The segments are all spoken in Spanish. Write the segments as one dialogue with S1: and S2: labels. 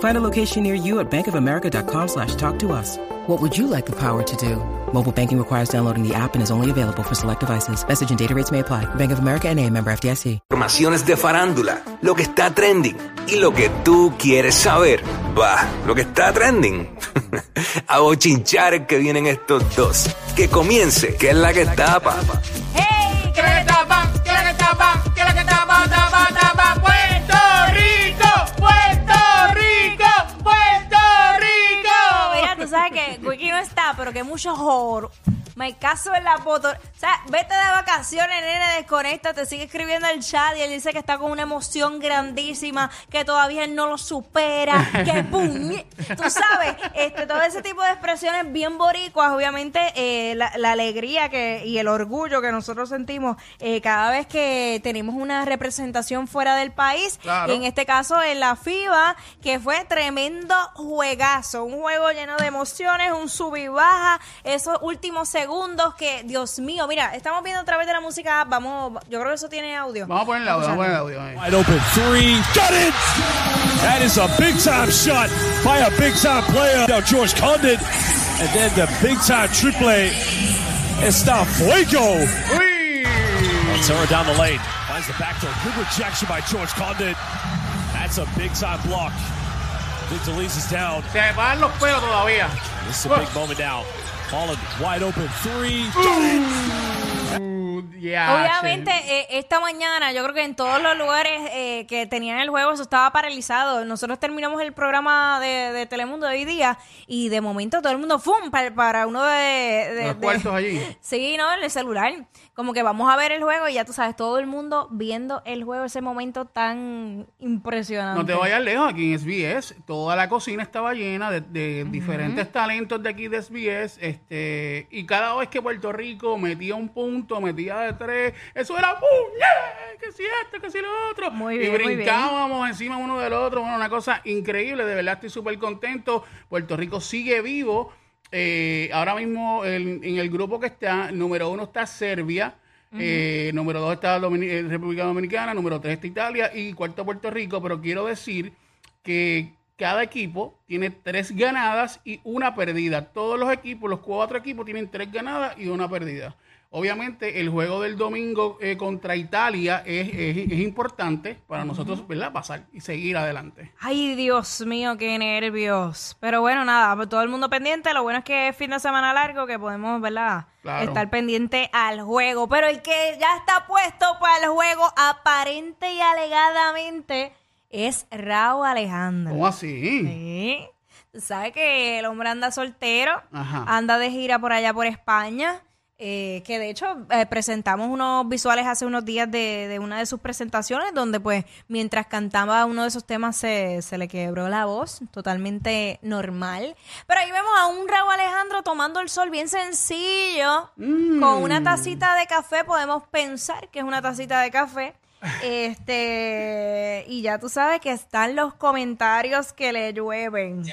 S1: Find a location near you at bankofamerica.com slash talk to us. What would you like the power to do? Mobile banking requires downloading the app and is only available for select devices. Message and data rates may apply. Bank of America and a member FDIC.
S2: Informaciones de farándula, lo que está trending y lo que tú quieres saber. Va, lo que está trending. A bochinchar que vienen estos dos. Que comience, que es la que tapa.
S3: ¡Hey! ¿Qué es la que tapa? ¿Qué es la que tapa? ¿Qué es la que tapa? Tapa, tapa. ¡Puerto Rico! ¡Puerto Rico! ¡Puerto Rico!
S4: Mira, tú sabes que Wiki no está, pero que mucho joro. Me caso en la foto. O sea, vete de vacaciones, nene, desconecta, te sigue escribiendo el chat y él dice que está con una emoción grandísima, que todavía él no lo supera, que puñe. Tú sabes, este, todo ese tipo de expresiones bien boricuas, obviamente, eh, la, la alegría que, y el orgullo que nosotros sentimos eh, cada vez que tenemos una representación fuera del país,
S3: Claro.
S4: y en este caso en la FIBA, que fue tremendo juegazo, un juego lleno de emociones, un sub y baja, esos últimos segundos que, Dios mío, mira, estamos viendo a través de la música, vamos, yo creo que eso tiene audio.
S3: Vamos a poner el audio, vamos a poner el audio. eh. ahí.
S5: Wide open three. Got it! That is a big time shot by a big time player. Now George Condit. And then the big time triple. Estafuego.
S3: ¡Uy!
S5: Montero down the lane. Finds the back door. Good rejection by George Condit. That's a big time block. Big Deleuze is down.
S3: Se me paran los pelos todavía.
S5: This is a big moment now. Holland wide open three.
S3: Uh, ya,
S4: Obviamente,
S3: che.
S4: eh, esta mañana, yo creo que en todos los lugares eh, que tenían el juego, eso estaba paralizado. Nosotros terminamos el programa de, de Telemundo de hoy día y de momento todo el mundo, ¡fum! para, para uno de, de-
S3: Los
S4: de-
S3: cuartos allí.
S4: Sí, ¿no? En el celular. Como que vamos a ver el juego y ya tú sabes, todo el mundo viendo el juego, ese momento tan impresionante.
S3: No te vayas lejos, aquí en SBS toda la cocina estaba llena de, de diferentes talentos de aquí de SBS este, y cada vez que Puerto Rico metía un punto, metía de tres, eso era ¡puñe! que si esto, que si lo otro,
S4: Muy
S3: y
S4: bien, muy bien.
S3: brincábamos encima uno del otro, bueno, una cosa increíble, de verdad estoy súper contento, Puerto Rico sigue vivo, Eh, ahora mismo el- en el grupo que está, número uno está Serbia, eh, número dos está Domini- eh, República Dominicana, número tres está Italia y cuarto Puerto Rico, pero quiero decir que cada equipo tiene tres ganadas y una perdida. Todos los equipos, los cuatro equipos tienen tres ganadas y una perdida. Obviamente el juego del domingo eh, contra Italia es, es- es importante para nosotros, ¿verdad? Pasar y seguir adelante.
S4: Ay, Dios mío, qué nervios. Pero bueno, nada, pues todo el mundo pendiente. Lo bueno es que es fin de semana largo, que podemos, ¿verdad?
S3: Claro.
S4: Estar pendiente al juego. Pero el que ya está puesto para el juego, aparente y alegadamente, es Raúl Alejandro.
S3: ¿Cómo así?
S4: Sí. Tú sabes que el hombre anda soltero,
S3: Ajá.
S4: anda de gira por allá por España. eh, que de hecho eh, presentamos unos visuales hace unos días de, de una de sus presentaciones donde pues mientras cantaba uno de esos temas se, se le quebró la voz, totalmente normal. Pero ahí vemos a un Raúl Alejandro tomando el sol bien sencillo, con una tacita de café, podemos pensar que es una tacita de café. Este, y ya tú sabes que están los comentarios que le llueven.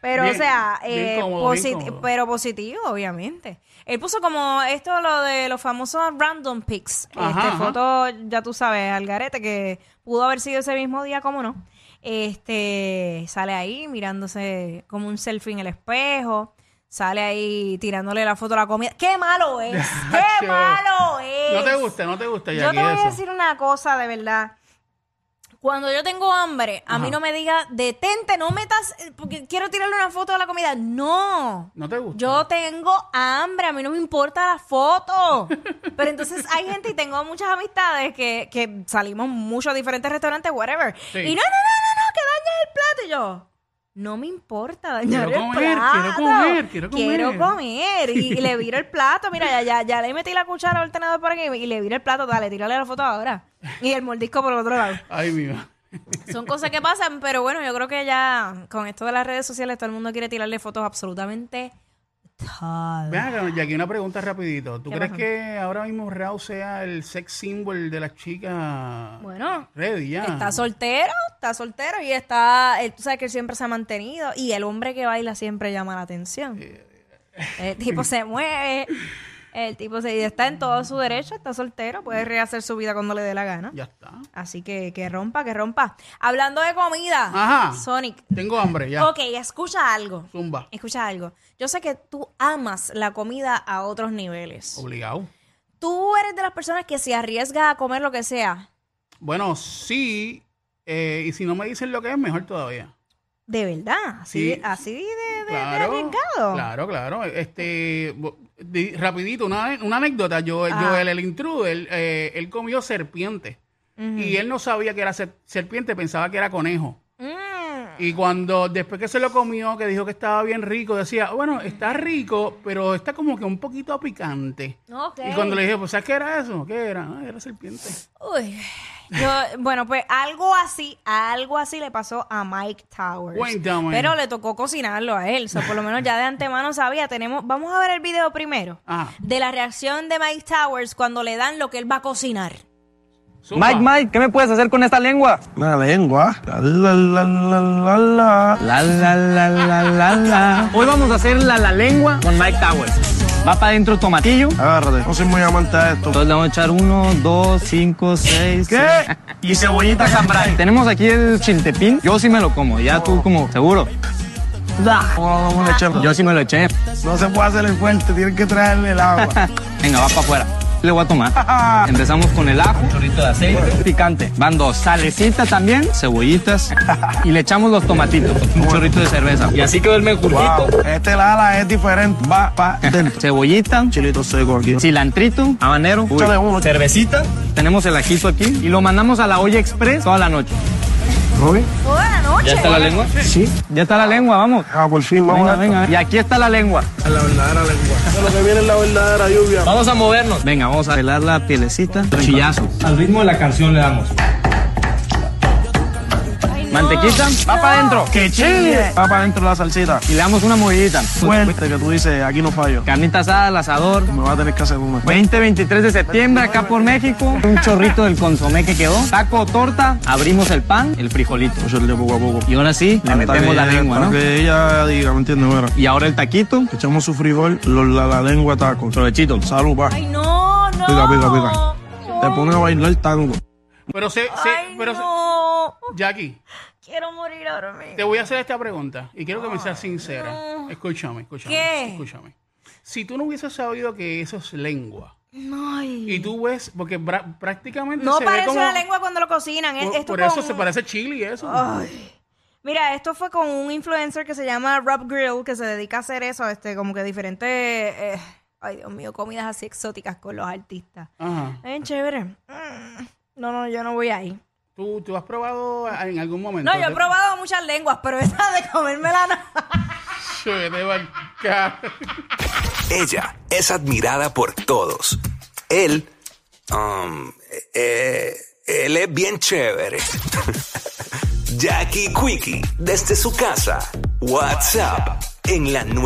S4: Pero,
S3: Bien,
S4: o sea,
S3: bien
S4: eh,
S3: cómodo, bien
S4: posit-
S3: cómodo.
S4: pero positivo, obviamente. Él puso como esto, lo de los famosos random pics.
S3: Ajá,
S4: este,
S3: ajá.
S4: foto, ya tú sabes, al garete, que pudo haber sido ese mismo día, cómo no. Este, sale ahí mirándose como un selfie en el espejo. Sale ahí tirándole la foto a la comida. ¡Qué malo es! ¡Qué
S3: Acho.
S4: malo es!
S3: No te gusta, no te gusta.
S4: Yo
S3: Jackie,
S4: te voy
S3: eso.
S4: a decir una cosa de verdad. Cuando yo tengo hambre, a mí no me diga, detente, no metas, eh, porque quiero tirarle una foto de la comida. No.
S3: ¿No te gusta?
S4: Yo tengo hambre, a mí no me importa la foto. Pero entonces hay gente y tengo muchas amistades que, que salimos mucho a diferentes restaurantes, whatever.
S3: Sí.
S4: Y no, no, no, no, no, que dañas el plato. Y yo, no me importa dañar
S3: Quiero
S4: el
S3: comer,
S4: plato.
S3: quiero comer, quiero comer.
S4: comer. Y, y le viro el plato. Mira, ya, ya, ya le metí la cuchara al tenedor por aquí y le viro el plato. Dale, tírale la foto ahora. Y el mordisco por el otro lado.
S3: Ay, mira.
S4: Son cosas que pasan, pero bueno, yo creo que ya con esto de las redes sociales todo el mundo quiere tirarle fotos absolutamente tal.
S3: Ven acá, y aquí una pregunta rapidito. ¿Tú
S4: ¿Qué
S3: crees
S4: pasó?
S3: que ahora mismo Rao sea el sex symbol de las chicas?
S4: Bueno,
S3: Ready, ya.
S4: está soltero, está soltero y está, él, tú sabes que él siempre se ha mantenido y el hombre que baila siempre llama la atención. El tipo se mueve, el tipo se, y está en todo su derecho, está soltero, puede rehacer su vida cuando le dé la gana.
S3: Ya está.
S4: Así que que rompa, que rompa. Hablando de comida,
S3: Ajá.
S4: Sonic.
S3: Tengo hambre, ya.
S4: Ok, escucha algo.
S3: Zumba.
S4: Escucha algo. Yo sé que tú amas la comida a otros niveles.
S3: Obligado.
S4: Tú eres de las personas que se arriesga a comer lo que sea.
S3: Bueno, sí. eh, y si no me dicen lo que es, mejor todavía.
S4: De verdad, así,
S3: Sí.
S4: así de, de- de arriesgado.
S3: Claro, claro. Este, bo- di- rapidito, una, una anécdota. Yo, Joel, el intruder, eh, él comió serpiente. Y él no sabía que era ser- serpiente, pensaba que era conejo.
S4: Mm,
S3: Y cuando, después que se lo comió, que dijo que estaba bien rico, decía, bueno, está rico, pero está como que un poquito picante.
S4: ok.
S3: Y cuando le dije, pues, ¿sabes qué era eso? ¿Qué era? Ah, era serpiente.
S4: Uy. Yo- bueno, pues algo así, algo así le pasó a Mike Towers.
S3: Cuéntame.
S4: Pero le tocó cocinarlo a él. O sea, por lo menos ya de antemano sabía. Tenemos, vamos a ver el video primero
S3: Ajá.
S4: de la reacción de Mike Towers cuando le dan lo que él va a cocinar.
S3: Zumba.
S6: Mike, Mike, ¿qué me puedes hacer con esta lengua?
S7: Una lengua. La, la, la, la, la, la.
S6: La la la la la la. Hoy vamos a hacer la la lengua con Mike Towers. Va para adentro tomatillo.
S7: Agárrate. No soy muy amante de esto.
S6: Entonces le vamos a echar uno, dos, cinco, seis.
S7: ¿Qué?
S6: seis.
S7: Y cebollita cambray.
S6: Tenemos aquí el chiltepín. Yo sí me lo como, ya tú como, seguro.
S7: No, no, no, le echen-
S6: Yo sí me lo eché.
S7: no se puede hacer el fuerte, tienen que traerle el agua.
S6: Venga, va para afuera. Le voy a tomar. Empezamos con el ajo, chorrito de aceite, picante. Van dos, salecita también, cebollitas y le echamos los tomatitos, un chorrito de cerveza. Y así quedó el menjurjito.
S7: Wow. Este lala es diferente. Va pa dentro.
S6: Cebollita,
S7: Chilito seco aquí.
S6: cilantrito, habanero,
S7: Échale uno.
S6: cervecita. Tenemos el ajito aquí y lo mandamos a la olla express toda la noche.
S7: Uy.
S4: Toda la noche.
S6: lengua? Sí. Ya está la lengua, vamos.
S7: Ah, por fin, vamos
S6: Venga,
S7: a esto.
S6: venga. Y aquí está la lengua.
S7: La verdadera lengua. Lo que viene es la verdadera lluvia.
S6: Vamos a movernos. Venga, vamos a pelar la pielecita. Chillazo. Al ritmo de la canción le damos.
S4: Ay, no.
S6: Mantequita, va para adentro.
S7: ¡Qué chile! Eh, Va para adentro la salsita.
S6: Y le damos una movidita.
S7: Fuerte que tú dices, aquí no fallo.
S6: Carnita asada al asador.
S7: Me va a tener que hacer una.
S6: 20-23 de septiembre acá por México. Un chorrito del consomé que quedó. Taco o torta. Abrimos el pan, el frijolito.
S7: Echarle poco a poco.
S6: Y ahora sí, le
S7: Hasta
S6: metemos
S7: que
S6: la
S7: ella-
S6: lengua,
S7: hasta
S6: ¿no?
S7: Que ella diga, ¿me entiendes? Mira,
S6: Y ahora el taquito.
S7: echamos su frijol, lo- la, la lengua taco.
S6: Provechito.
S7: Salud, pa.
S4: Ay, no, no.
S7: Pica, pica, pica. Te pone a bailar tango.
S3: Pero sé, sé-
S4: Ay,
S3: pero sé-
S4: no.
S3: Jackie,
S4: Quiero morir ahora mismo.
S3: te voy a hacer esta pregunta y quiero que me seas sincera. Escúchame, escúchame,
S4: Ah, ¿Qué?
S3: escúchame. Si tú no hubieses sabido que eso es lengua
S4: Ay.
S3: y tú ves, porque bra- prácticamente
S4: Mm. No
S3: se ve
S4: parece
S3: como
S4: una lengua cuando lo cocinan. Es-
S3: por,
S4: esto
S3: por eso
S4: con-
S3: se parece a chili eso.
S4: Mira, esto fue con un influencer que se llama Rob Grill, que se dedica a hacer eso, este, como que diferentes, eh, ay Dios mío, comidas así exóticas con los artistas.
S3: Ajá.
S4: Bien chévere. Mm. No, no, yo no voy ahí.
S3: ¿Tú, tú has probado a- en algún momento.
S4: No, yo he
S3: Te-
S4: probado muchas lenguas, pero esa de comérmela no.
S3: Se te va el ca-
S2: Ella es admirada por todos. Él, um, eh, él es bien chévere. Jackie Quickie, desde su casa. WhatsApp, en la nueva.